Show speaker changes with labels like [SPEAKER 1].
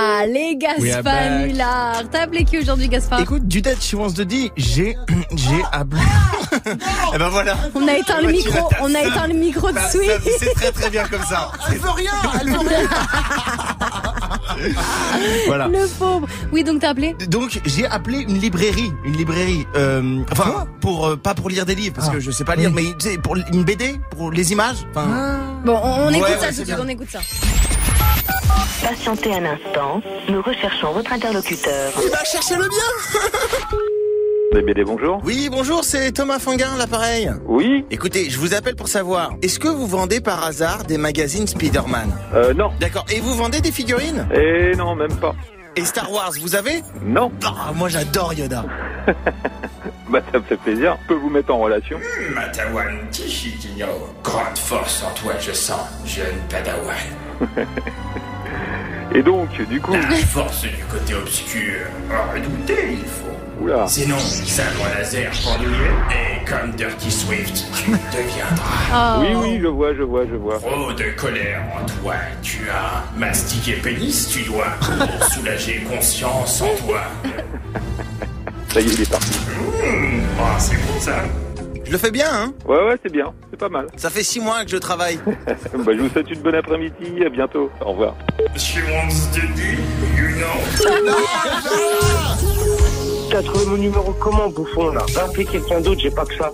[SPEAKER 1] Allez,
[SPEAKER 2] We are back.
[SPEAKER 1] Gaspard Millard. T'as appelé qui aujourd'hui, Gaspard
[SPEAKER 2] Écoute, du tête, she wants to die. J'ai, j'ai appelé. Eh ben voilà.
[SPEAKER 1] On a éteint le
[SPEAKER 2] Bah, tu
[SPEAKER 1] micro.
[SPEAKER 2] l'attaques,
[SPEAKER 1] On a
[SPEAKER 2] ça.
[SPEAKER 1] éteint le micro de
[SPEAKER 2] Bah, ça,
[SPEAKER 1] Sweet.
[SPEAKER 2] c'est très très bien comme ça.
[SPEAKER 3] Elle veut rien, elle veut rien.
[SPEAKER 2] Voilà.
[SPEAKER 1] Le pauvre. Oui, donc t'as appelé
[SPEAKER 2] Donc j'ai appelé une librairie, une librairie, euh, enfin
[SPEAKER 3] Quoi
[SPEAKER 2] pour euh, pas pour lire des livres parce
[SPEAKER 3] Ah,
[SPEAKER 2] que je sais pas lire,
[SPEAKER 3] oui. Ah.
[SPEAKER 2] mais tu sais pour une BD, pour les images. Enfin,
[SPEAKER 1] Bon, on, on
[SPEAKER 2] Ouais,
[SPEAKER 1] écoute
[SPEAKER 2] ouais,
[SPEAKER 1] ça
[SPEAKER 2] c'est
[SPEAKER 1] tout de suite.
[SPEAKER 2] bien.
[SPEAKER 1] On écoute ça.
[SPEAKER 4] Patientez un instant, nous recherchons votre interlocuteur.
[SPEAKER 2] il va chercher le Eh ben, bien.
[SPEAKER 5] DBD, bonjour.
[SPEAKER 2] Oui, bonjour, c'est Thomas Fanguin, l'appareil.
[SPEAKER 5] Oui
[SPEAKER 2] Écoutez, je vous appelle pour savoir, est-ce que vous vendez par hasard des magazines Spider-Man
[SPEAKER 5] Euh, non.
[SPEAKER 2] D'accord. Et vous vendez des figurines
[SPEAKER 5] Eh non, même pas.
[SPEAKER 2] Et Star Wars, vous avez
[SPEAKER 5] Non.
[SPEAKER 2] Ah, moi j'adore Yoda.
[SPEAKER 5] Bah, ça me fait plaisir. Je peux vous mettre en relation.
[SPEAKER 6] Matawan Tishikinyo, grande force en toi, je sens, jeune Padawan.
[SPEAKER 5] Et donc, du coup.
[SPEAKER 6] La force du côté obscur, en redouter il faut.
[SPEAKER 5] Oula.
[SPEAKER 6] Sinon, sabre laser pour nous mieux, et comme Dirty Swift, tu deviendras.
[SPEAKER 1] Oh.
[SPEAKER 5] Oui, oui, je vois, je vois, je vois.
[SPEAKER 6] Trop de colère en toi, tu as mastiqué pénis, tu dois, pour soulager conscience en toi.
[SPEAKER 5] Ça y est, il est parti.
[SPEAKER 6] Hmm, oh, c'est bon ça.
[SPEAKER 2] Je le fais bien, hein
[SPEAKER 5] Ouais, ouais, c'est bien. C'est pas mal.
[SPEAKER 2] Ça fait six mois que je travaille.
[SPEAKER 5] Bah, je vous souhaite une bonne après-midi. À bientôt. Au revoir.
[SPEAKER 6] She wants to be, you know.
[SPEAKER 7] T'as trouvé mon numéro comment, bouffon, là Va appeler quelqu'un d'autre, j'ai pas que ça.